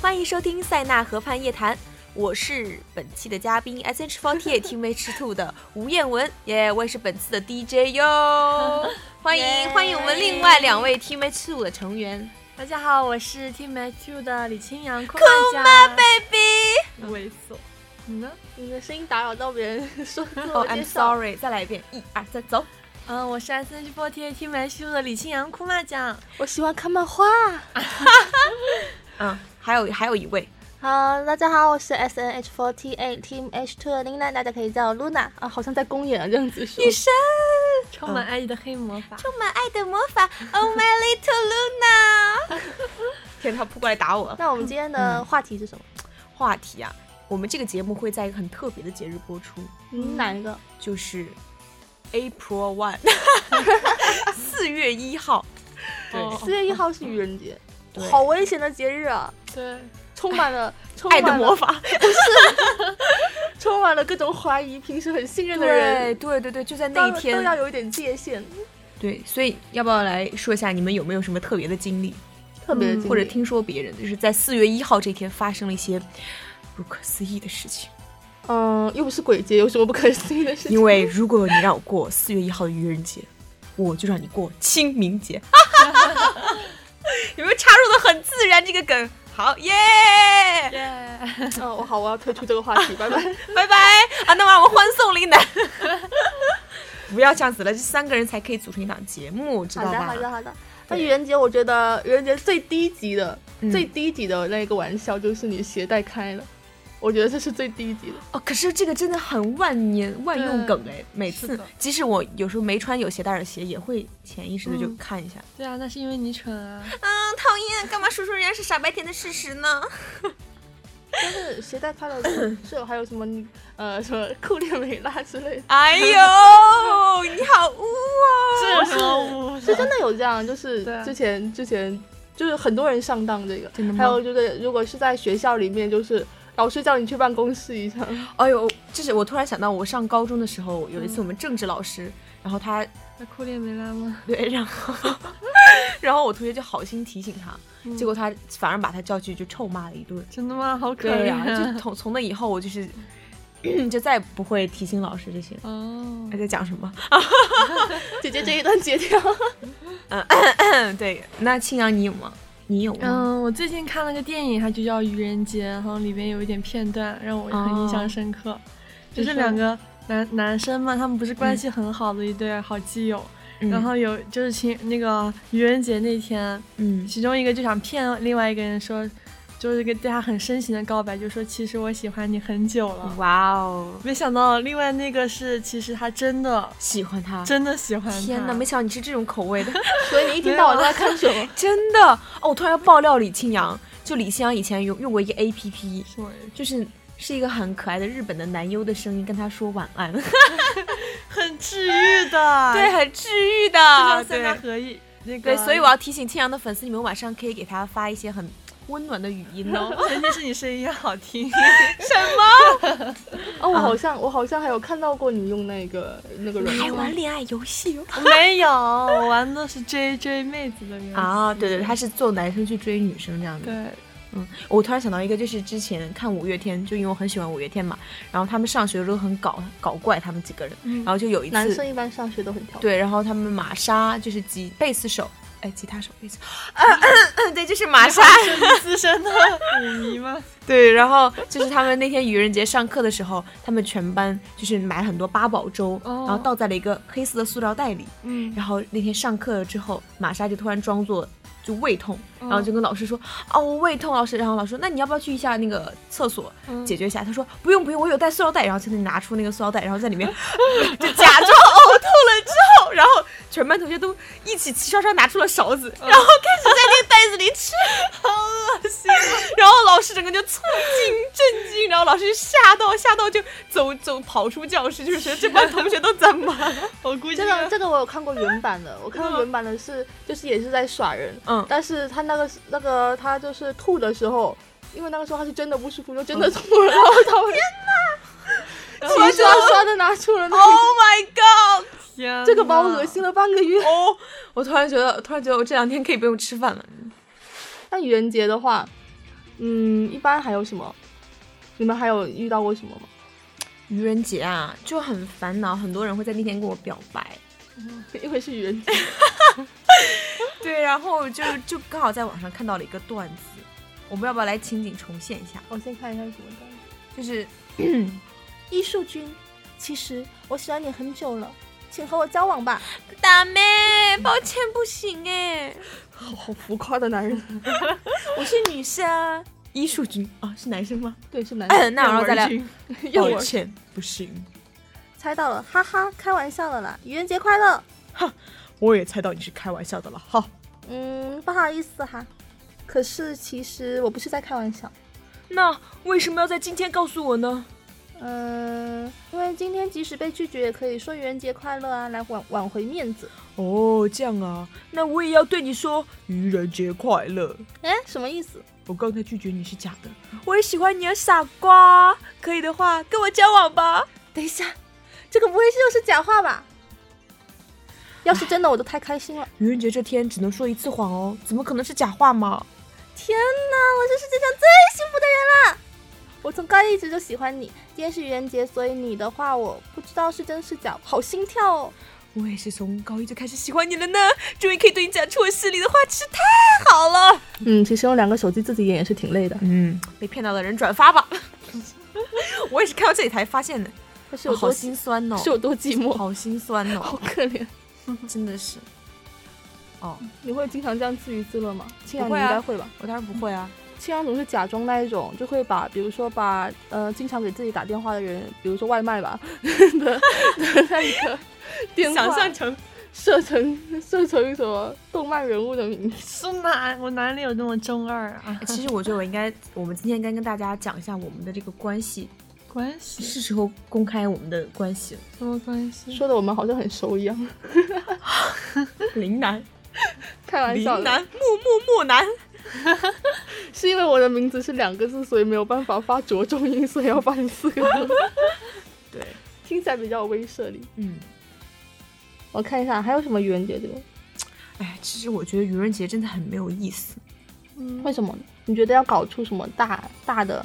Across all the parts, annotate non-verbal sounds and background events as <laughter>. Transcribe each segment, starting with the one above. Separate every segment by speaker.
Speaker 1: 欢迎收听《塞纳河畔夜谈》，我是本期的嘉宾 SH48 听没吃兔 <laughs> 的吴彦文，耶、我也是本次的 DJ 哟。 <laughs> 欢迎
Speaker 2: 耶
Speaker 1: 欢迎我们另外两位听没吃兔的成员
Speaker 2: 大家好，我是 Team Matthew 的李清扬，酷妈家
Speaker 1: ，baby。
Speaker 2: 猥琐。你呢？
Speaker 3: 你的声音打扰到别人说自
Speaker 1: 哦、
Speaker 3: 我
Speaker 1: i
Speaker 3: 介
Speaker 1: m
Speaker 3: 绍。
Speaker 1: sorry，再来一遍，一二三，走。
Speaker 2: 嗯，我是 S H Forty Team Matthew 的李清扬，酷妈酱。
Speaker 3: 我喜欢看漫画。
Speaker 1: 嗯，还有还有一位，
Speaker 3: 好，大家好，我是 S N H f o r t e Team H Two 的 Lina，大家可以叫我 Luna 啊，好像在公演啊这样子说。
Speaker 1: 神，
Speaker 2: 充满爱意的黑魔法。
Speaker 1: 充满爱的魔法，Oh my little Luna。天，他扑过来打我了。
Speaker 3: 那我们今天
Speaker 1: 嗯
Speaker 3: 的话题是什么？
Speaker 1: 话题啊，我们这个节目会在一个很特别的节日播出，
Speaker 2: 嗯
Speaker 3: 哪一个？
Speaker 1: 就是 April One，四月一 <laughs> 号。
Speaker 2: 哦
Speaker 3: 四月一号是愚人节，
Speaker 1: 对
Speaker 3: 好危险的节日啊！
Speaker 2: 对，
Speaker 3: 充满
Speaker 1: <laughs>
Speaker 3: 了充
Speaker 1: 爱的
Speaker 3: 满
Speaker 1: 魔
Speaker 3: 了
Speaker 1: 法，
Speaker 3: 充满了各种怀疑，平时很信任的
Speaker 1: 对
Speaker 3: 人，
Speaker 1: 对对对，就在那
Speaker 3: 都
Speaker 1: 一
Speaker 3: 都要
Speaker 1: 天，嗯
Speaker 3: 有一点界限，
Speaker 1: 对，所以要不要来说一下你们有没有什么特别的经历，
Speaker 3: 特别的
Speaker 2: 嗯
Speaker 3: 敬
Speaker 1: 或者
Speaker 3: 业
Speaker 1: 听说别人就是在四月一号这天发生了一些不可思议的事情？
Speaker 3: 嗯，又不是鬼节，有什么不可思议的事情？
Speaker 1: 因
Speaker 3: <laughs>
Speaker 1: 为如果你让我过四月一号的愚人节，我就让你过清明节。 <laughs> 有没有插入的很自然这个梗？好耶，
Speaker 2: 耶，
Speaker 3: <laughs> 哦，我好，我要退出这个话题，拜拜。
Speaker 1: 拜拜啊！那么我们欢送林楠。 <laughs> 不要这样子了，这三个人才可以组成一档节目， <laughs> 知道
Speaker 3: 好的，
Speaker 1: 吧？
Speaker 3: 好的，好的。那
Speaker 1: 对
Speaker 3: 愚人节，我觉得愚人节最低级的、
Speaker 1: 嗯
Speaker 3: 最低级的那个玩笑就是你鞋带开了，我觉得这是最低级的。
Speaker 1: 哦，可是这个真的很万年万用梗哎，每
Speaker 2: 是
Speaker 1: 次
Speaker 2: 的
Speaker 1: 即使我有时候没穿有鞋带的鞋，也会潜意识的就
Speaker 3: 嗯
Speaker 1: 看一下。
Speaker 2: 对啊，那是因为你蠢啊。
Speaker 1: 嗯，讨厌，干嘛说出人家是傻白甜的事实呢？
Speaker 3: 但是鞋带开了 <laughs> 是，是有还有什么你呃什么库列美拉之类的，
Speaker 1: <laughs> 哎呦，你好污哦！
Speaker 2: 这有什么污？
Speaker 3: 是真的有这样，就是
Speaker 2: 对啊
Speaker 3: 之前之前就是很多人上当这个
Speaker 1: 真的，吗
Speaker 3: 还有就是如果是在学校里面，就是老师叫你去办公室一 <laughs> 趟，
Speaker 1: 哎呦，就是我突然想到，我上高中的时候有一次我们政治老师，然后他
Speaker 2: 那酷恋没拉吗？
Speaker 1: 对，然后 <laughs> 然后我同学就好心提醒他，结果他反而把他叫去就臭骂了一顿。
Speaker 2: 真的吗？好可
Speaker 1: 对
Speaker 2: 怜
Speaker 1: 呀、
Speaker 2: 啊。
Speaker 1: 就从从那以后我就是就再也不会提醒老师这些。
Speaker 2: 哦
Speaker 1: 还，在讲什么？
Speaker 3: 姐姐这一段截 <laughs> 掉。
Speaker 1: 嗯，对，那青阳你有吗？你有吗？
Speaker 2: 嗯，我最近看了个电影，它就叫《愚人节》，然后里边有一点片段让我很印象深刻，就是两个男男生嘛，他们不是关系很好的一对好基友，
Speaker 1: 嗯
Speaker 2: 然后有就是情那个愚人节那天，
Speaker 1: 嗯
Speaker 2: 其中一个就想骗另外一个人说，就是跟对他很深情的告白，就说其实我喜欢你很久了。
Speaker 1: 哇哦，
Speaker 2: 没想到另外那个是，其实他真的
Speaker 1: 喜欢他。
Speaker 2: 真的喜欢他。
Speaker 1: 天哪，没想到你是这种口味 <laughs> 的。
Speaker 3: 所以你一天到晚都在看什么？
Speaker 1: 真的哦！我突然要爆料李清扬，就李清扬以前用用过一个 A P P，
Speaker 2: 什么
Speaker 1: 就是是一个很可爱的日本的男优的声音跟他说晚安， <laughs>
Speaker 2: 很治愈的，
Speaker 1: 对，，很治愈
Speaker 2: 就像
Speaker 1: 的，
Speaker 2: 三大
Speaker 1: 对
Speaker 2: 合一那个。
Speaker 1: 对，所以我要提醒清扬的粉丝，你们晚上可以给他发一些很温暖的语音哦。 <laughs>
Speaker 2: 前提是你声音要好听。
Speaker 3: 哦，
Speaker 1: 啊
Speaker 3: 我好像我好像还有看到过你用那个那个软
Speaker 1: 还
Speaker 3: 件。
Speaker 1: 玩恋爱游戏哦？
Speaker 2: 没有，我玩的是追追妹子的游戏。
Speaker 1: 啊，对对，他是做男生去追女生这样的。
Speaker 2: 对， <laughs>
Speaker 1: 嗯我突然想到一个，就是之前看五月天，就因为我很喜欢五月天嘛，然后他们上学的时候很搞搞怪，他们几个人，
Speaker 2: 嗯
Speaker 1: 然后就有一次
Speaker 3: 男生一般上学都很挑剔。
Speaker 1: 对，然后他们玛莎就是吉贝斯手，哎，吉他手，贝斯，呃、对，就是玛莎，
Speaker 2: 是你自身的舞迷吗？
Speaker 1: 对，然后就是他们那天愚人节上课的时候，他们全班就是买了很多八宝粥，然后
Speaker 2: 哦
Speaker 1: 倒在了一个黑色的塑料袋里，
Speaker 2: 嗯， <laughs>
Speaker 1: 然后那天上课了之后，玛莎就突然装作。就胃痛，然后
Speaker 2: 哦
Speaker 1: 就跟老师说：“哦，我胃痛。”老师，然后老师说：“那你要不要去一下那个厕所
Speaker 2: 嗯
Speaker 1: 解决一下？”她说：“不用不用，我有带塑料袋。”然后就拿出那个塑料袋，然后在里面就假装呕吐了之后，然后全班同学都一起齐刷刷拿出了勺子，然后开始在那个袋子里吃，好恶心。然后老师整个就促惊震惊，然后老师就吓到吓到就走走跑出教室，就是觉得这班同学都怎么了？
Speaker 2: 我估计
Speaker 3: 这个这个我有看过原版的，我看过原版的是就是也是在耍人，
Speaker 1: 嗯
Speaker 3: 但是他那个那个他就是吐的时候，因为那个时候他是真的不舒服，就
Speaker 1: 嗯
Speaker 3: 真的吐了，然后他们 <laughs>
Speaker 1: 我
Speaker 3: 齐刷刷的拿出了那
Speaker 1: Oh
Speaker 3: 个，
Speaker 1: my god！
Speaker 2: 天，
Speaker 3: 这个把我恶心。了半个月。
Speaker 1: 哦，我突然觉得，突然觉得我这两天可以不用吃饭了。
Speaker 3: 那愚人节的话，嗯，一般还有什么？你们还有遇到过什么吗？ <laughs>
Speaker 1: 愚人节啊，就很烦恼，很多人会在那天跟我表白。
Speaker 3: 因为是愚人节，
Speaker 1: 对，然后就就刚好在网上看到了一个段子，我们要不要来情景重现一下？
Speaker 3: 我先看一下是什么段子。
Speaker 1: 就是
Speaker 3: 艺术君，其实我喜欢你很久了，请和我交往吧。
Speaker 1: 大妹，抱歉不行哎，
Speaker 3: 好浮夸的男人。
Speaker 1: 我是女生。 <laughs> 艺术君啊，是男生吗？
Speaker 3: <laughs> 对，是男
Speaker 1: 哎
Speaker 3: 人。
Speaker 1: 那然后再 <laughs> 来
Speaker 3: 幼儿
Speaker 1: 歉不行，
Speaker 3: 猜到了，哈哈，开玩笑的啦。愚人节快乐。
Speaker 1: 我也猜到你是开玩笑的了。好，
Speaker 3: 嗯，不好意思哈。可是其实我不是在开玩笑。
Speaker 1: 那为什么要在今天告诉我呢？
Speaker 3: 嗯，因为今天即使被拒绝，也可以说愚人节快乐啊，来挽挽回面子。
Speaker 1: 哦，这样啊，那我也要对你说愚人节快乐。
Speaker 3: 哎，什么意思？
Speaker 1: 我刚才拒绝你是假的，我也喜欢你啊，傻瓜。可以的话，跟我交往吧。
Speaker 3: 等一下，这个不会是又是假话吧？要是真的，我都太开心了。
Speaker 1: 愚人节这天只能说一次谎哦，怎么可能是假话嘛？
Speaker 3: 天哪，我是世界上最幸福的人啦！我从高一一直就喜欢你，今天是愚人节，所以你的话我不知道是真是假，好心跳哦。
Speaker 1: 我也是从高一就开始喜欢你了呢，终于可以对你讲出我心里的话，真是太好了。
Speaker 3: 嗯，其实用两个手机自己演也是挺累的，
Speaker 1: 嗯，被骗到的人转发吧。 <laughs> 我也是看到这里才发现的，
Speaker 3: 可是有
Speaker 1: 好
Speaker 3: 多、
Speaker 1: 心酸哦，
Speaker 3: 是有多寂寞，
Speaker 1: 好心酸
Speaker 3: <laughs> 好
Speaker 1: 哦，
Speaker 3: 可怜。
Speaker 1: 真的是。哦，
Speaker 3: 你会经常这样自娱自乐吗？青阳、
Speaker 1: 不会
Speaker 3: 你
Speaker 1: 啊
Speaker 3: 应该会吧？
Speaker 1: 我当然不会啊。
Speaker 3: 青阳总是假装那一种，就会把比如说把呃经常给自己打电话的人，比如说外卖吧 <laughs> 的的那个电话
Speaker 1: 想象 <laughs> 成
Speaker 3: 设成设成什么动漫人物的名字。
Speaker 2: 苏哪？我哪里有那么中二啊？
Speaker 1: 哎其实我觉得我应该，我们今天应该跟大家讲一下我们的这个关系，
Speaker 2: 关系
Speaker 1: 是时候公开我们的关系了。
Speaker 2: 什么关系？
Speaker 3: 说的我们好像很熟一样，
Speaker 1: <laughs> 林楠，
Speaker 3: 开玩
Speaker 1: 林
Speaker 3: 笑的，
Speaker 1: 楠，木木木楠，
Speaker 3: 是因为我的名字是两个字，所以没有办法发着重音，所以要发成四个字，
Speaker 1: 对，
Speaker 3: <laughs> 听起来比较有威慑力。
Speaker 1: 嗯，
Speaker 3: 我看一下还有什么愚人节这个，
Speaker 1: 哎，其实我觉得愚人节真的很没有意思。
Speaker 2: 嗯
Speaker 3: 为什么呢？你觉得要搞出什么大大的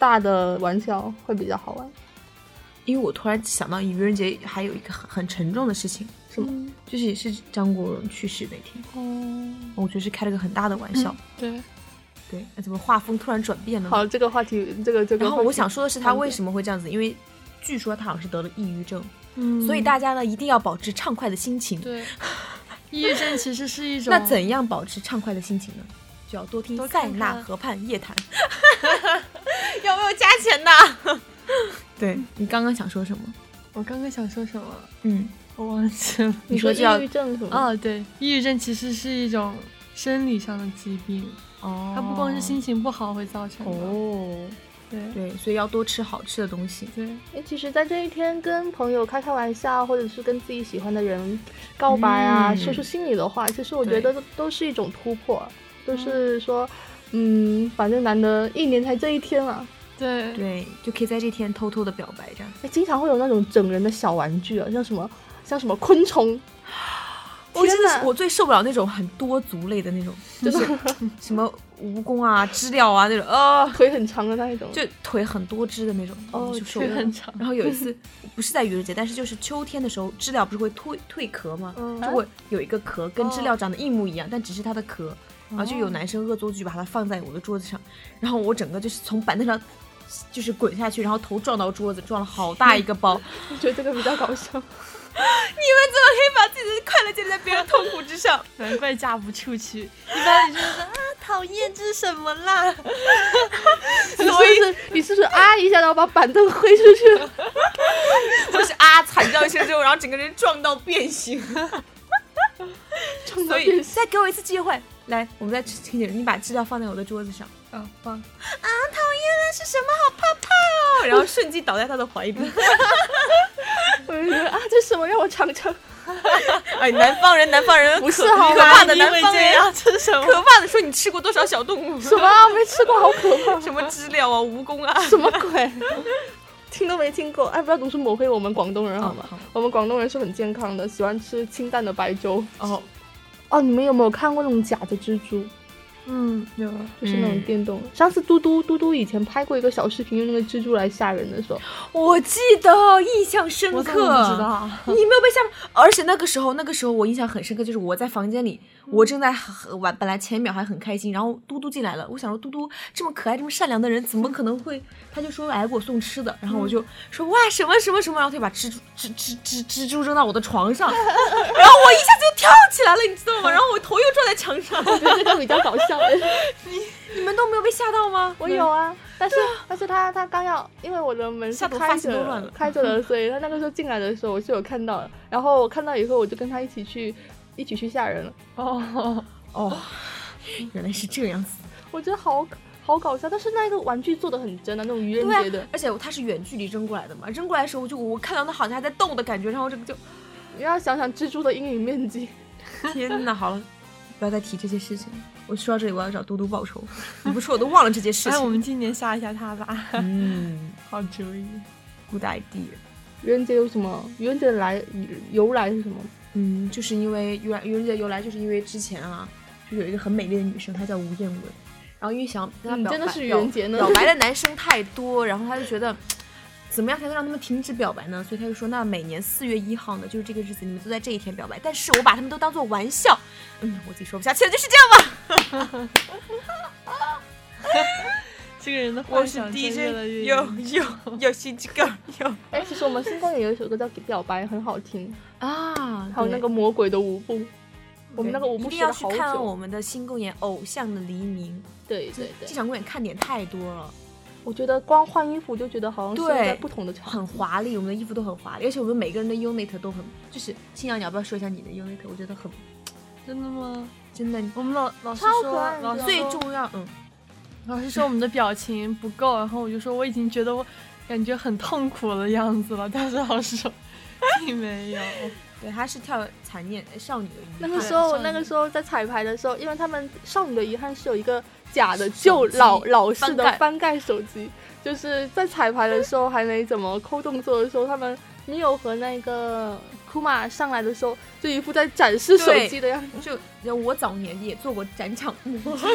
Speaker 3: 大的玩笑会比较好玩？
Speaker 1: 因为我突然想到愚人节还有一个很很沉重的事情，
Speaker 3: 什么？
Speaker 1: 就是也是张国荣去世那天，
Speaker 3: 哦，
Speaker 1: 我觉得是开了个很大的玩笑。
Speaker 2: 对，
Speaker 1: 对，那怎么画风突然转变了呢？
Speaker 3: 好，这个话题，这个这个。
Speaker 1: 然后我想，说的是，他
Speaker 3: 了解
Speaker 1: 为什么会这样子？因为据说他好像是得了抑郁症，
Speaker 2: 嗯
Speaker 1: 所以大家呢一定要保持畅快的心情。 <laughs>
Speaker 2: 对，抑郁症其实是一种
Speaker 1: 那怎样保持畅快的心情呢？就要多听
Speaker 2: 多
Speaker 1: 塞
Speaker 2: 看
Speaker 1: 纳
Speaker 2: 看
Speaker 1: 河畔夜谈。有没有加钱的？对你刚刚想说什么？
Speaker 2: 我刚刚想说什么，
Speaker 1: 嗯，
Speaker 2: 我忘记了。
Speaker 1: 你
Speaker 3: 你
Speaker 1: 说
Speaker 3: 说
Speaker 1: 就要
Speaker 3: 抑郁症什么？
Speaker 2: 哦，对，抑郁症其实是一种生理上的疾病，
Speaker 1: 哦
Speaker 2: 它不光是心情不好会造成的。
Speaker 1: 哦，
Speaker 2: 对
Speaker 1: 对，所以要多吃好吃的东西。
Speaker 2: 对，
Speaker 3: 哎，其实，在这一天跟朋友开开玩笑，或者是跟自己喜欢的人告白啊，
Speaker 1: 嗯
Speaker 3: 说出心里的话，其实我觉
Speaker 1: 对
Speaker 3: 得都都是一种突破，都是说，嗯，反正难得一年才这一天啊嘛。
Speaker 2: 对，
Speaker 1: 对，就可以在这天偷偷的表白，这样。
Speaker 3: 哎，经常会有那种整人的小玩具啊，像什么像什么昆虫，
Speaker 1: 我真的
Speaker 3: 天
Speaker 1: 是
Speaker 3: 哪
Speaker 1: 我最受不了那种很多足类的那种，就是什么蜈蚣啊、知了啊那种，啊，
Speaker 3: 腿很长的那一种。
Speaker 1: 就腿很多只的那种，
Speaker 3: 哦
Speaker 1: 就受不
Speaker 2: 腿
Speaker 1: 了
Speaker 2: 很。长。
Speaker 1: 然后有一次，不是在愚人节，但是就是秋天的时候，知了不是会蜕蜕壳吗？
Speaker 2: 嗯
Speaker 1: 就会有一个壳跟知了长得一模一样，但只是它的壳。然后就有男生恶作剧把它放在我的桌子上，然后我整个就是从板凳上就是滚下去，然后头撞到桌子，撞了好大一个包。
Speaker 3: 我觉得这个比较搞
Speaker 1: <laughs>
Speaker 3: 笑。
Speaker 1: 你们怎么可以把自己的快乐建立在别人痛苦之上？ <laughs>
Speaker 2: 难怪嫁不出去， <laughs> 一般你就是啊，讨厌这是什么 <laughs> 啦？
Speaker 3: 你是不是你是不是啊一下，然后把板凳挥出去了？
Speaker 1: 我是啊惨叫一声之后，然后整个人撞到变形。
Speaker 3: 撞到
Speaker 1: 所以
Speaker 3: 电视
Speaker 1: 再给我一次机会，来，我们再听点，你把资料放在我的桌子上。
Speaker 2: 啊，放
Speaker 1: 讨厌了是什么？好怕怕哦！ <laughs> 然后瞬间倒在他的怀 <laughs> 里。
Speaker 3: 我就觉得啊，这是什么让我
Speaker 1: <laughs>
Speaker 3: 尝尝？
Speaker 1: 哎，南方人，南方人
Speaker 3: 不是
Speaker 1: 可
Speaker 3: 好吧
Speaker 1: 可怕的南方
Speaker 2: 这
Speaker 1: 人，
Speaker 2: 样，这是什
Speaker 1: <laughs>
Speaker 2: 么？
Speaker 1: 可怕的说你吃过多少小动物？
Speaker 3: 什么啊没吃过，好可怕！
Speaker 1: 什么知了啊，蜈蚣啊？
Speaker 3: <laughs> 什么鬼？听都没听过，哎，不要总是抹黑我们广东人好吗？
Speaker 1: 哦好
Speaker 3: 我们广东人是很健康的，喜欢吃清淡的白粥。
Speaker 1: 哦，
Speaker 3: 哦，你们有没有看过那种假的蜘蛛？
Speaker 2: 嗯，有啊，
Speaker 3: 就是那种
Speaker 1: 嗯
Speaker 3: 电动。上次嘟嘟嘟嘟以前拍过一个小视频，用那个蜘蛛来吓人的时候，
Speaker 1: 我记得印象深刻，
Speaker 2: 我怎么不知道啊？
Speaker 1: <laughs> 你没有被吓吗？而且那个时候，那个时候我印象很深刻，就是我在房间里，我正在很玩，本来前一秒还很开心，然后嘟嘟进来了，我想说嘟嘟这么可爱、这么善良的人，怎么可能会？他就说来给我送吃的，然后我就说哇什么什么什么，然后他就把蜘蛛蜘蜘蜘蜘蛛扔到我的床上， <laughs> 然后我一下就跳起来了，你知道
Speaker 3: <laughs>
Speaker 1: 吗？然后我头又撞在墙上，
Speaker 3: 我觉得这个比较搞
Speaker 1: <laughs>
Speaker 3: 笑。
Speaker 1: 你们都没有被吓到吗？
Speaker 3: <laughs> 我有啊，但是但是他他刚要，因为我的门是
Speaker 1: 吓得我
Speaker 3: 开
Speaker 1: 发型
Speaker 3: 着
Speaker 1: 都
Speaker 3: 的
Speaker 1: 乱了
Speaker 3: 开着的，所 <laughs> 以他那个时候进来的时候我是有看到的，然后我看到以后我就跟他一起去一起去吓人了，
Speaker 2: 哦，
Speaker 1: 哦，原来是这样子。
Speaker 3: 我觉得好好搞笑，但是那个玩具做的很真的那种愚人节
Speaker 1: 对、
Speaker 3: 的
Speaker 1: 啊，，而且它是远距离扔过来的嘛，扔过来的时候我就我看到它好像还在动的感觉，然后这个就
Speaker 3: 你要想想蜘蛛的阴影面积，
Speaker 1: <laughs> 天哪，好了，不要再提这些事情了。我说到这里，我要找嘟嘟报仇。你不说我都忘了这件事
Speaker 2: 哎，我
Speaker 1: 情。
Speaker 2: 们今年吓一吓他吧，
Speaker 1: 嗯
Speaker 2: 好主意。
Speaker 1: ，good idea。
Speaker 3: <laughs> 愚人节有什么？愚人节的来由来是什么？
Speaker 1: 嗯，就是因为愚人愚人节由来，就是因为之前啊，就有一个很美丽的女生，她叫吴彦文，然后因为想跟她
Speaker 3: 嗯
Speaker 1: 表白，
Speaker 3: 真的是愚
Speaker 1: 表
Speaker 3: 人节呢
Speaker 1: 表白的男生太多，然后她就觉得。怎么样才能让他们停止表白呢？所以她就说，那每年四月一号呢，就是这个日子，你们都在这一天表白。但是我把他们都当做玩笑，嗯，我自己说不下去了，就是这样吧。
Speaker 2: 这个人的幻想真越来越
Speaker 1: 又又心机 girl 又
Speaker 3: 哎，其实我们星光也有一首歌叫《给表白》，很好听，
Speaker 1: 啊，
Speaker 3: 还有那
Speaker 1: 对
Speaker 3: 个魔鬼的舞步，我
Speaker 1: 对
Speaker 3: 们那个舞步
Speaker 1: 一定
Speaker 3: 学
Speaker 1: 要
Speaker 3: 了
Speaker 1: 去
Speaker 3: 好
Speaker 1: 看我
Speaker 3: 久。
Speaker 1: 们的新公演《偶像的黎明
Speaker 3: 对对》，对
Speaker 1: 这，场公演看点太多了，
Speaker 3: 我觉得光换衣服就觉得好像是
Speaker 1: 对
Speaker 3: 在不同的场合
Speaker 1: 很华丽，我们的衣服都很华丽，而且我们每个人的 unit 都很，就是新阳，你要不要说一下你的 unit？我觉得很
Speaker 2: 真的吗？
Speaker 1: 真的，
Speaker 2: 我们老老师
Speaker 3: 超
Speaker 2: 说
Speaker 3: 可爱的，
Speaker 2: 老师
Speaker 1: 最
Speaker 2: 说
Speaker 1: 重要，嗯，
Speaker 2: 老师说我们的表情不够，然后我就说我已经觉得我感觉很痛苦的样子了，但是老师说 <laughs> 并没 <laughs> 有。
Speaker 1: 对，他是跳残念呃少女的
Speaker 3: 那
Speaker 1: 遗
Speaker 3: 个
Speaker 1: 憾，
Speaker 3: 时候，
Speaker 2: 对
Speaker 3: 那个时候在彩排的时候，因为他们少女的遗憾是有一个假的旧
Speaker 1: 手机
Speaker 3: 老老式的
Speaker 1: 翻盖
Speaker 3: 翻盖手机，就是在彩排的时候还没怎么抠动作的时候，他们 Mio 和那个库玛上来的时候，就一副在展示手机的样子。
Speaker 1: 就就我早年也做过展场模特，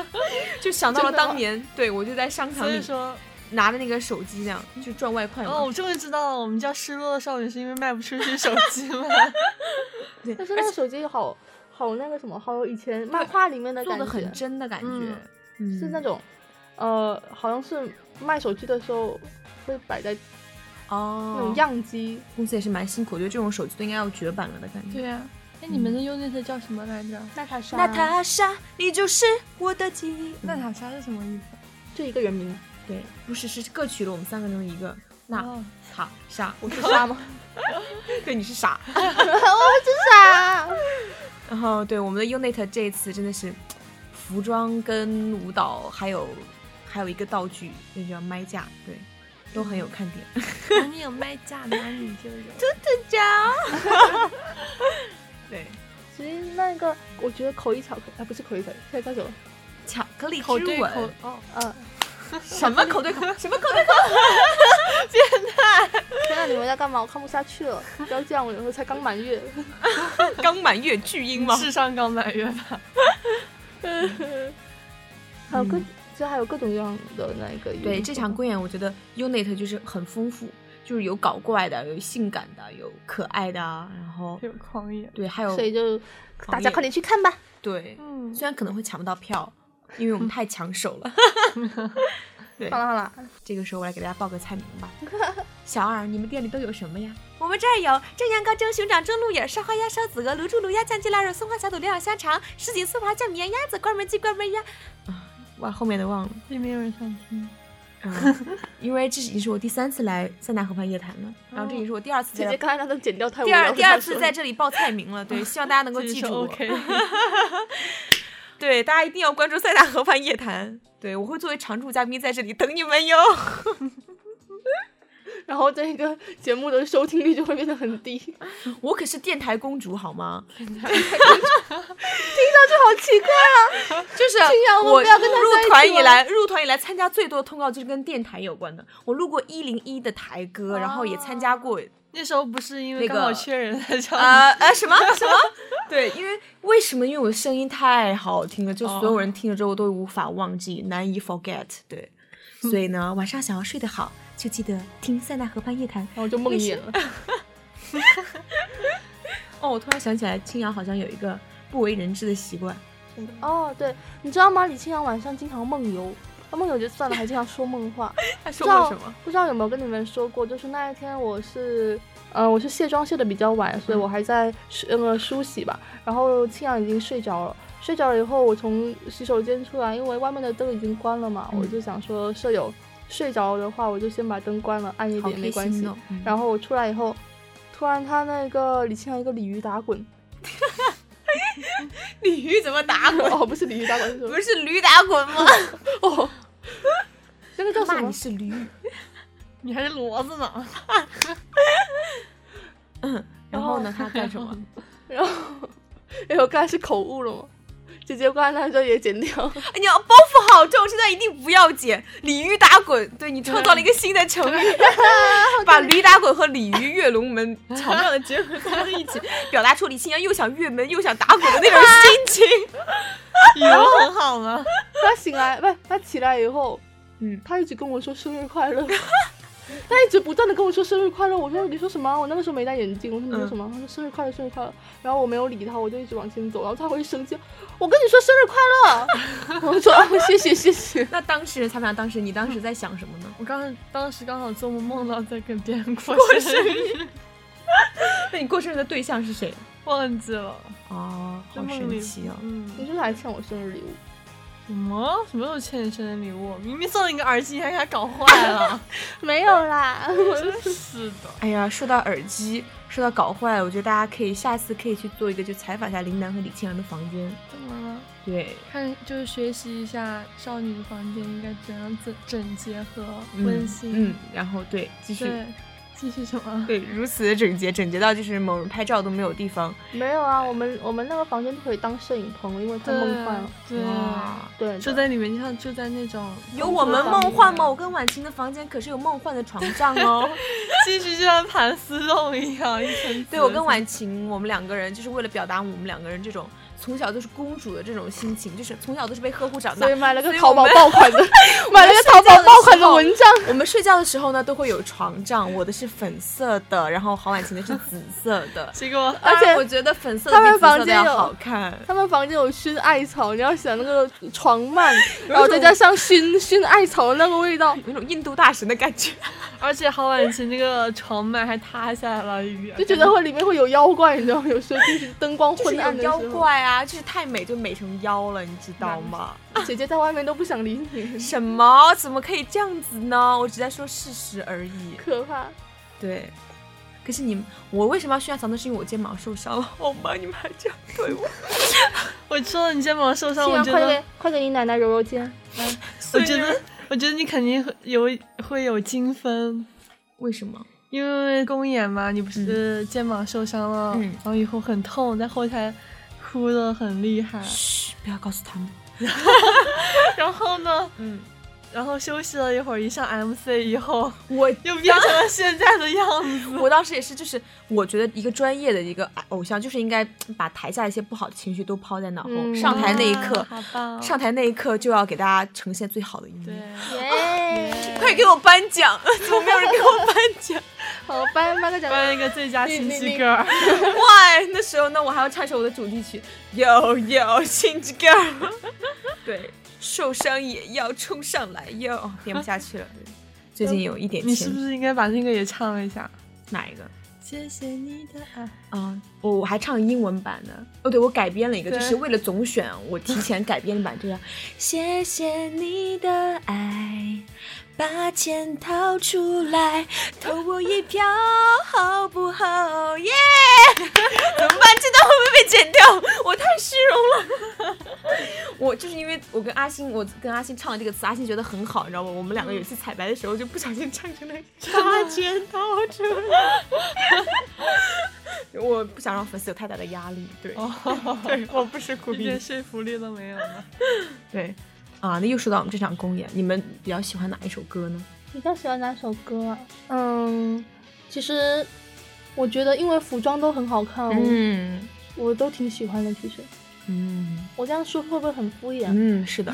Speaker 1: <laughs> 就想到了
Speaker 3: 真的吗
Speaker 1: 当年，对我就在商场
Speaker 2: 所以
Speaker 1: 里
Speaker 2: 说，
Speaker 1: 拿着那个手机这样就赚外快嘛，
Speaker 2: 哦，我终于知道了，我们叫失落的少女是因为卖不出去手机吗？
Speaker 1: 对，
Speaker 3: 但是
Speaker 1: 而
Speaker 3: 那
Speaker 1: 且
Speaker 3: 个手机好好那个什么，好有以前漫画里面的
Speaker 1: 做
Speaker 3: 感
Speaker 1: 的很
Speaker 3: 觉，
Speaker 1: 真的感觉
Speaker 2: <laughs>
Speaker 1: 嗯
Speaker 2: 嗯，
Speaker 3: 是那种，呃，好像是卖手机的时候会摆在
Speaker 1: 哦
Speaker 3: 那种样机，
Speaker 1: 公司也是蛮辛苦，我觉得这种手机都应该要绝版了的感觉。
Speaker 2: 对呀、哎，你们的 unit 叫什么来着？
Speaker 3: 娜塔莎，
Speaker 1: 娜塔莎，你就是我的记忆。
Speaker 2: 娜塔莎是什么意 <laughs> 思？
Speaker 3: 就一个人名，
Speaker 1: 嗯对，不是是各取了我们三个中的一个。娜
Speaker 2: 哦
Speaker 1: 塔莎，
Speaker 3: 我是莎吗？
Speaker 1: <laughs> 对你是傻。
Speaker 3: 莎。
Speaker 1: 然后对我们的 unit 这一次真的是服装跟舞蹈，还有还有一个道具，那叫麦架，对，都很
Speaker 2: 嗯
Speaker 1: 有看点。
Speaker 2: 哪里有卖价，哪里就有。
Speaker 1: 讲，对，
Speaker 3: 其实那个，我觉得口译巧克啊，不是口译巧克力，现在叫什么？
Speaker 1: <laughs> 巧克力
Speaker 2: 口
Speaker 1: 之
Speaker 2: 对口
Speaker 1: 吻，
Speaker 2: 哦，
Speaker 3: 呃，
Speaker 1: <laughs> 什么口对
Speaker 2: <laughs>
Speaker 1: 口，什么口对口。 <laughs>
Speaker 3: 天呐，你们在干嘛？我看不下去了，不要这样，我有时候才刚满月。
Speaker 1: 刚满月巨婴吗？
Speaker 2: <laughs> 智商刚满月吧？
Speaker 3: <laughs> 还有各，其实还有各种各样的那个。
Speaker 1: 嗯对这场，公演，我觉得 unit 就是很丰富，就是有搞怪的，有性感的，有可爱的啊，然后
Speaker 2: 有狂野。
Speaker 1: 对，还有
Speaker 3: 所以就大
Speaker 1: 狂
Speaker 3: 家
Speaker 1: 野
Speaker 3: 快点去看吧。
Speaker 1: 对，
Speaker 2: 嗯，
Speaker 1: 虽然可能会抢不到票，因为
Speaker 3: <laughs>
Speaker 1: 我们太抢手了。对
Speaker 3: 好，了好了，
Speaker 1: 这个时候我来给大家报个菜名
Speaker 3: <laughs>
Speaker 1: 吧。小二，你们店里都有什么呀？我们这儿有蒸羊羔、蒸熊掌、蒸鹿眼、烧花鸭、烧子鹅、卤猪、卤鸭、酱鸡腊肉、松花小肚、料香肠、什锦酥扒、酱米鸭、鸭子、关门鸡、关门鸭。啊，哇，后面的忘了。
Speaker 2: 并没有人想听。
Speaker 1: 嗯，因为这已经是我第三次来塞纳河畔夜谈了，然后这也是我第二次
Speaker 3: 姐
Speaker 1: 在
Speaker 3: 姐刚才那段剪掉太无
Speaker 1: 第
Speaker 3: 聊
Speaker 1: 二
Speaker 3: 了
Speaker 1: 第二次在这里报菜名了，对，希望大家
Speaker 3: <laughs>
Speaker 1: 能够
Speaker 2: 自己
Speaker 1: 记
Speaker 2: 说
Speaker 1: 住我。
Speaker 2: OK，
Speaker 1: 对，大家一定要关注塞纳河畔夜谈，对我会作为常驻嘉宾在这里等你们哟。 <laughs>
Speaker 3: 然后这个节目的收听率就会变得很低， <laughs> 听上
Speaker 1: 我可是电台公主好吗？ <laughs>
Speaker 3: 去好奇怪啊！
Speaker 1: 就是
Speaker 3: 这样我
Speaker 1: 我
Speaker 3: 不要跟他在一
Speaker 1: 入
Speaker 3: 起
Speaker 1: 团以
Speaker 3: 玩
Speaker 1: 来，入团以来参加最多的通告就是跟电台有关的。我录过一零一的台歌，然后也参加过
Speaker 2: <laughs> 那时候不是因为
Speaker 1: 那个
Speaker 2: 刚好缺人在叫你
Speaker 1: 啊啊什么什么？ <laughs> 对，因为为什么？因为我的声音太好听了，就所有人听了之后都无法忘记，难以 forget。对， <laughs> 所以呢，晚上想要睡得好，就记得听塞纳河畔夜谈。
Speaker 2: 然后我就梦魇了。
Speaker 1: 哦，我突然想起来，青阳好像有一个不为人知的习惯。
Speaker 3: 哦，对，你知道吗？李清阳晚上经常梦游，啊梦游就算了，还经常说梦话。
Speaker 1: 他
Speaker 3: 不知道？不知道有没有跟你们说过，就是那一天我是，嗯、我是卸妆卸的比较晚，
Speaker 1: 嗯
Speaker 3: 所以我还在梳那个梳洗吧。然后清阳已经睡着了，睡着了以后，我从洗手间出来，因为外面的灯已经关了嘛，
Speaker 1: 嗯
Speaker 3: 我就想说舍友睡着的话，我就先把灯关了，暗一
Speaker 1: 好
Speaker 3: 点没
Speaker 1: 贴
Speaker 3: 关
Speaker 1: 心
Speaker 3: 系。
Speaker 1: 哦。 <laughs> 嗯
Speaker 3: 然后我出来以后，突然他那个李清阳一个鲤鱼打滚， <laughs>
Speaker 1: 鲤鱼怎么打滚？ <laughs>
Speaker 3: 哦，不是鲤鱼打滚，是什么
Speaker 1: 不是驴打滚吗？
Speaker 3: 哦，那个叫
Speaker 1: 骂
Speaker 3: 什
Speaker 1: 你
Speaker 3: 么？
Speaker 1: 是驴。
Speaker 2: 你还是骡子呢？
Speaker 1: 然后呢？他干什么？
Speaker 3: 然后， <laughs> 哎，我刚才是口误了吗？姐姐，我刚才那段也剪掉。
Speaker 1: 哎你要包袱好重，这段一定不要剪。鲤鱼打滚，对你创造了一个新的成语， <laughs> 把驴打滚和鲤鱼跃龙 <laughs> 门巧妙的结合在了一起，表达出李清阳又想跃门又想打滚的 <laughs> 那种心情。
Speaker 2: 语 <laughs> 文很好吗？
Speaker 3: <laughs> 他醒来，不，他起来以后，
Speaker 1: 嗯，
Speaker 3: 他一直跟我说生日快乐， <laughs> 他一直不断的跟我说生日快乐。我说你说什么？我那个时候没戴眼镜。我说你说什么？他说生日快乐，生日快乐。然后我没有理他，我就一直往前走。然后他会生气，我跟你说生日快乐。我说啊谢谢谢谢。
Speaker 1: 那当时采访当时你当时在想什么呢？
Speaker 2: 我刚才当时刚好做梦梦到在跟别人过生日，
Speaker 1: <laughs> 那你过生日的对象是谁？啊
Speaker 2: 忘记了，
Speaker 1: 哦，
Speaker 2: 在
Speaker 1: 好
Speaker 2: 梦
Speaker 1: 神
Speaker 2: 里
Speaker 1: 奇哦！
Speaker 3: 你
Speaker 2: 嗯，
Speaker 3: 说他还欠我生日礼物？
Speaker 2: 什么什么时候欠你生日礼物？明明送了你个耳机，还给他搞坏 <laughs> 了，
Speaker 3: 没有啦，
Speaker 2: 真是的。
Speaker 1: 哎呀，说到耳机，说到搞坏了，我觉得大家可以下次可以去做一个，就采访一下林楠和李清阳的房间。
Speaker 2: 怎么了？
Speaker 1: 对，
Speaker 2: 看，就是学习一下少女房间应该怎样整整洁和
Speaker 1: 嗯
Speaker 2: 温馨。
Speaker 1: 嗯，然后对，继续。
Speaker 2: 对，继续什么？
Speaker 1: 对，如此的整洁，整洁到就是某人拍照都没有地方。
Speaker 3: 没有啊。我们我们那个房间都可以当摄影棚，因为太
Speaker 2: 对
Speaker 3: 梦幻了。
Speaker 2: 对，
Speaker 3: 对的，
Speaker 2: 就在里面，就像就在那种
Speaker 1: 有我们梦幻吗？我跟婉晴的房间可是有梦幻的床帐 <laughs> 哦。
Speaker 2: 继续就像盘丝洞一样，一 <laughs> 层。
Speaker 1: 对，我跟婉晴，我们两个人就是为了表达我们两个人这种从小都是公主的这种心情，就是从小都是被呵护长大
Speaker 3: 所以。买了个
Speaker 1: 所以
Speaker 3: 淘
Speaker 1: 我
Speaker 3: 宝
Speaker 1: 们
Speaker 3: 爆款的，买了个淘宝爆款的文章。
Speaker 1: 我们睡觉的时候呢，都会有床帐，我的是粉色的，然后黄婉晴的是紫色的
Speaker 2: 结果
Speaker 1: 当然
Speaker 3: 而且
Speaker 1: 我觉得粉色
Speaker 3: 他
Speaker 1: 的比
Speaker 3: 们
Speaker 1: 紫色
Speaker 3: 房
Speaker 1: 的
Speaker 3: 间
Speaker 1: 要
Speaker 3: 有
Speaker 1: 好看。
Speaker 3: 他们房间有熏艾草，你要想那个床
Speaker 1: <laughs>
Speaker 3: 幔，然后再加上熏熏艾草的那个味道，
Speaker 1: 有一种印度大神的感觉，
Speaker 2: 而且郝婉晴那个床幔还塌下来了，一点
Speaker 3: 就觉得会里面会有妖怪，你知道吗？有时候就是灯光
Speaker 1: 就是
Speaker 3: 昏
Speaker 1: 有
Speaker 3: 暗的时
Speaker 1: 妖 <laughs>
Speaker 3: 候，
Speaker 1: 怪啊，就是太美就美成妖了，你知道吗？
Speaker 3: 姐姐在外面都不想理你， <laughs>
Speaker 1: 什么？怎么可以这样子呢？我只在说事实而已。
Speaker 3: 可怕。
Speaker 1: 对，可是你们，我为什么要炫耀藏呢？是因为我肩膀受伤了， <laughs> 好吗？你们还这样对 <laughs> 我？
Speaker 2: 我知道你肩膀受伤，
Speaker 3: 青
Speaker 2: 我
Speaker 3: 阳，
Speaker 2: 觉
Speaker 3: 快
Speaker 2: 得
Speaker 3: 给快给你奶奶揉揉肩。
Speaker 2: 我觉得我觉得你肯定会有会有精分。
Speaker 1: 为什么？
Speaker 2: 因为公演嘛，你不是肩膀受伤了，
Speaker 1: 嗯
Speaker 2: 然后以后很痛，在后台哭的很厉害。
Speaker 1: 嘘，不要告诉他们。
Speaker 2: <laughs> 然后呢，
Speaker 1: 嗯，
Speaker 2: 然后休息了一会儿，一上 MC 以后，
Speaker 1: 我
Speaker 2: 又变成了现在的样 <laughs> 子。
Speaker 1: 我当时也是，就是我觉得一个专业的一个偶像，就是应该把台下一些不好的情绪都抛在脑后，
Speaker 3: 嗯
Speaker 1: 上台那一刻
Speaker 2: 啊，好棒！
Speaker 1: 上台那一刻就要给大家呈现最好的一
Speaker 2: 对
Speaker 1: 面。，
Speaker 3: 耶，
Speaker 1: 快给我颁
Speaker 2: <laughs>
Speaker 1: 奖！怎么没有人给我颁奖
Speaker 3: <laughs> 好，颁颁个奖。
Speaker 2: 颁一个最佳
Speaker 3: 你
Speaker 2: 情
Speaker 3: 你
Speaker 2: 绪
Speaker 3: 你
Speaker 2: 歌儿。
Speaker 1: ？Why？那时候呢，我还要唱首我的主题曲《Yo Yo 心之 Girl》。对，受伤也要冲上来哟！编不下去
Speaker 2: <laughs>
Speaker 1: 了，最近有一点
Speaker 2: 嗯你是不
Speaker 1: 钱。
Speaker 2: 是应该把那个也唱一下？
Speaker 1: 哪一个？
Speaker 2: 谢谢你的爱。
Speaker 1: 啊，我我还唱英文版的。哦，对，我改编了一个，
Speaker 2: 嗯对
Speaker 1: 就是为了总选，我提前改编版这样。 <laughs> 谢谢你的爱，把钱掏出来，投我一票，好不好？耶、怎么办？这段会不会被剪掉？我太虚荣了。 <laughs> 我就是因为我跟阿星，我跟阿星唱了这个词，阿星觉得很好，你知道吗？我们两个有一次彩排的时候就不小心唱成了把钱掏出来。我不想让粉丝有太大的压力，对、
Speaker 2: <laughs> 哦，
Speaker 1: 对，我不是苦
Speaker 2: 一点说服力都没有了。
Speaker 1: 对，啊，那又说到我们这场公演，你们比较喜欢哪一首歌呢？
Speaker 3: 比较喜欢哪首歌啊？嗯，其实我觉得因为服装都很好看，
Speaker 1: 嗯
Speaker 3: 我我都挺喜欢的。其实
Speaker 1: 嗯
Speaker 3: 我这样说会不会很敷衍？
Speaker 1: 嗯，是的。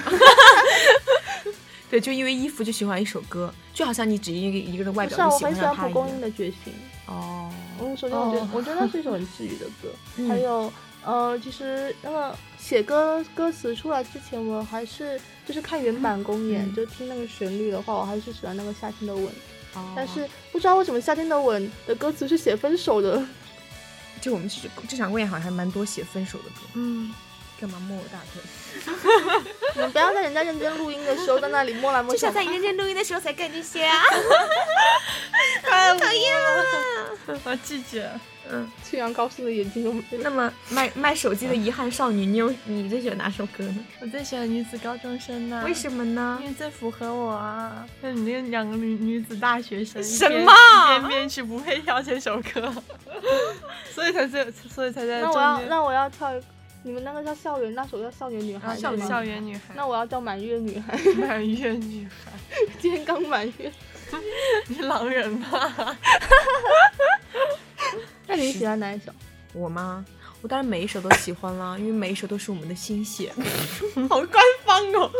Speaker 1: <laughs> 对，就因为衣服就喜欢一首歌，就好像你只因为一个人外
Speaker 3: 不
Speaker 1: 表
Speaker 3: 是啊，
Speaker 1: 就
Speaker 3: 我
Speaker 1: 喜
Speaker 3: 很
Speaker 1: 欢
Speaker 3: 喜
Speaker 1: 上
Speaker 3: 欢
Speaker 1: 他
Speaker 3: 蒲
Speaker 1: 一
Speaker 3: 公
Speaker 1: 样
Speaker 3: 英。的觉醒。
Speaker 1: 哦，
Speaker 3: 嗯，首先我觉得、
Speaker 2: 哦
Speaker 3: 我觉得那是一首很治愈的歌，
Speaker 1: 嗯
Speaker 3: 还有呃，其实那个写歌歌词出来之前，我还是就是看原版公演，
Speaker 1: 嗯
Speaker 3: 就听那个旋律的话，我还是喜欢那个夏天的吻。
Speaker 1: 哦
Speaker 3: 但是不知道为什么夏天的吻的歌词是写分手的。 <laughs>
Speaker 1: 就我们这这场公演好像还蛮多写分手的歌，
Speaker 3: 嗯，
Speaker 1: 干嘛摸我大腿？
Speaker 3: 你们不要在人家认真录音的时候在那里摸来摸
Speaker 1: 就
Speaker 3: 去 <laughs>
Speaker 1: 想。在你认 <laughs> 真录音的时候才干这些啊！讨厌了。
Speaker 2: 我拒绝。
Speaker 1: 嗯，
Speaker 3: 去阳高兴的眼睛都没了。
Speaker 1: <laughs> 那么卖卖手机的遗憾少女，你有你最喜欢哪首歌呢？
Speaker 2: 我最喜欢女子高中生呐、
Speaker 1: 为什么呢
Speaker 2: 因？为最符合我啊！那你那两个女女子大学生，
Speaker 1: 什
Speaker 2: 一边
Speaker 1: 么
Speaker 2: 一边编曲不配跳这首歌， <laughs> 所以才最，所以才在
Speaker 3: 那
Speaker 2: 中
Speaker 3: 我要
Speaker 2: 间
Speaker 3: 那我要跳一，你们那个叫校园，那首叫校园女孩
Speaker 2: 啊
Speaker 3: 是
Speaker 2: 校
Speaker 3: 吗
Speaker 2: 校园女孩， <laughs>
Speaker 3: 那我要叫满月女孩， <laughs>
Speaker 2: 满月女孩，
Speaker 3: 今天刚满月。
Speaker 2: 你狼人吧？
Speaker 3: <laughs> 那你喜欢哪一首？
Speaker 1: 我吗？我当然每一首都喜欢啦，因为每一首都是我们的心 <laughs> 血，好官方哦。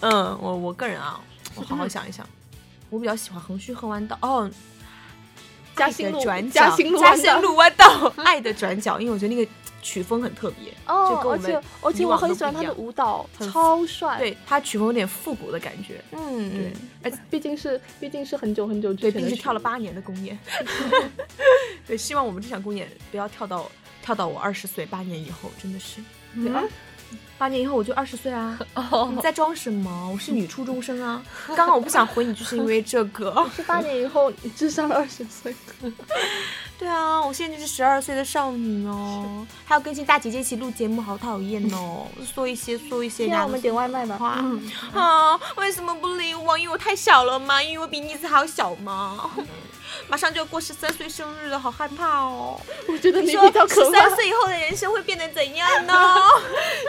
Speaker 1: 嗯，我我个人啊，我好好想一想，我比较喜欢横须贺湾道哦，
Speaker 3: 嘉兴路
Speaker 1: 爱的转角，
Speaker 3: 嘉兴路弯
Speaker 1: 嘉
Speaker 3: 道
Speaker 1: 兴路弯道， <laughs> 爱的转角，因为我觉得那个曲风很特别，就跟
Speaker 3: 哦，
Speaker 1: 我
Speaker 3: 而
Speaker 1: 们
Speaker 3: 且而且
Speaker 1: 以
Speaker 3: 我
Speaker 1: 往
Speaker 3: 很
Speaker 1: 都
Speaker 3: 喜欢
Speaker 1: 不
Speaker 3: 他
Speaker 1: 一
Speaker 3: 的
Speaker 1: 样
Speaker 3: 舞蹈
Speaker 1: 很，
Speaker 3: 超帅。，
Speaker 1: 对它曲风有点复古的感觉，
Speaker 3: 嗯，
Speaker 1: 对
Speaker 3: 嗯，而且毕竟是毕竟是很久很久之
Speaker 1: 对，
Speaker 3: 前
Speaker 1: 毕竟
Speaker 3: 的
Speaker 1: 是
Speaker 3: 曲
Speaker 1: 跳了
Speaker 3: 目，
Speaker 1: 八年的公 <laughs> 演，对，希望我们这场公演不要跳到跳到我二十岁，八年以后真的是，
Speaker 2: 嗯
Speaker 1: 对啊，八年以后我就二十岁 <laughs> 啊，你在装什么？我是女初中生 <laughs> 啊！刚刚我不想回你，就是因为这 <laughs> 个。
Speaker 3: 是八年以后你智商二十岁。
Speaker 1: 对啊，我现在就是十二岁的少女哦，还要跟进大姐姐一起录节目，好讨厌 <laughs> 哦！说一些说一些，
Speaker 3: 现
Speaker 1: 人
Speaker 3: 在
Speaker 1: 家
Speaker 3: 啊我们点外卖吧。
Speaker 1: 话啊，为什么不理我？因为我太小了吗？因为我比妮子还要小吗？ <laughs> 马上就要过十三岁生日了，好害怕哦！
Speaker 3: 我觉得你
Speaker 1: 你
Speaker 3: 比
Speaker 1: 说
Speaker 3: 较可
Speaker 1: 十
Speaker 3: 怕
Speaker 1: 三。岁以后的人生会变得怎样
Speaker 3: <laughs>
Speaker 1: 呢？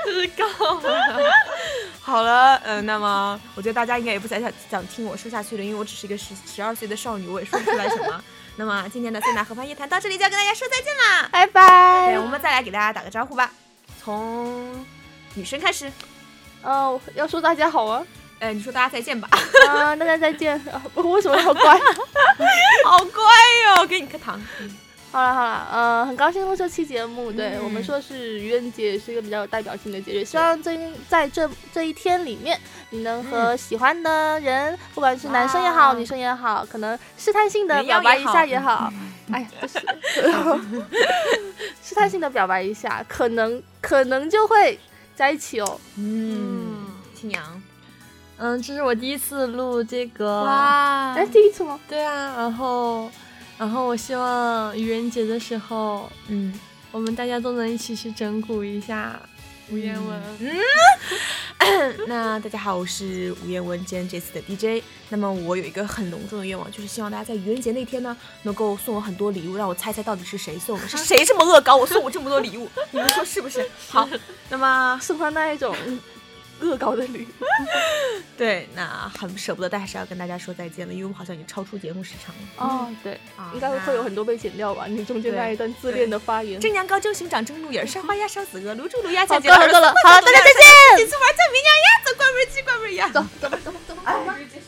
Speaker 2: 就是高
Speaker 3: 啊
Speaker 1: <laughs> 好了，嗯、那么我觉得大家应该也不想想想听我说下去了，因为我只是一个十十二岁的少女，我也说不出来什
Speaker 3: <laughs>
Speaker 1: 么。那么今天的塞纳河畔夜谈到这里就要跟大家说再见啦。
Speaker 3: 拜拜
Speaker 1: 对，。我们再来给大家打个招呼吧，从女生开始。
Speaker 3: 嗯，要说大家好啊，
Speaker 1: 呃，你说大家再见吧，
Speaker 3: 啊，大家再见。啊我为什么那么乖？
Speaker 1: 好乖哟、给你颗糖。
Speaker 3: 好了好了，呃，很高兴录这期节目。对、
Speaker 1: 嗯
Speaker 3: 我们说是愚人节，也是一个比较有代表性的节日。希望这在这这一天里面，你能和喜欢的人，不管是男生也好，
Speaker 1: 哇
Speaker 3: 女生也好，可能试探性的
Speaker 1: 人妖
Speaker 3: 表白
Speaker 1: 也
Speaker 3: 一
Speaker 1: 好
Speaker 3: 下也好。哎呀，就是试探性的表白一下，可能可能就会在一起哦。
Speaker 1: 嗯，新娘，
Speaker 2: 嗯，这是我第一次录这个，
Speaker 1: 哇
Speaker 3: 哎，第一次吗？
Speaker 2: 对啊，然后，然后我希望愚人节的时候，
Speaker 1: 嗯，
Speaker 2: 我们大家都能一起去整蛊一下吴彦文。
Speaker 1: 那大家好，我是吴彦文，今天这次的 DJ。那么我有一个很隆重的愿望，就是希望大家在愚人节那天呢，能够送我很多礼物，让我猜猜到底是谁送 <laughs> 的，是谁这么恶搞我送我这么多礼物，你们说是不是？ <laughs> 好，那么
Speaker 3: 送他那一种恶搞的礼物。
Speaker 1: 对，那很舍不得，但还是要跟大家说再见了，因为我们好像已经超出节目时长了
Speaker 3: 哦，对，
Speaker 1: 啊
Speaker 3: 应该会有很多被剪掉吧？你中间
Speaker 1: 对
Speaker 3: 那一段自恋的发言。
Speaker 1: 正娘高中生长正路
Speaker 3: <laughs>
Speaker 1: 眼，上花鸭烧子鹅，卤猪卤鸭下
Speaker 3: 好够了够了，好，大家再见。
Speaker 1: 几次玩叫名娘鸭，走关门鸡关门鸭。
Speaker 3: 走走吧走吧走吧走吧。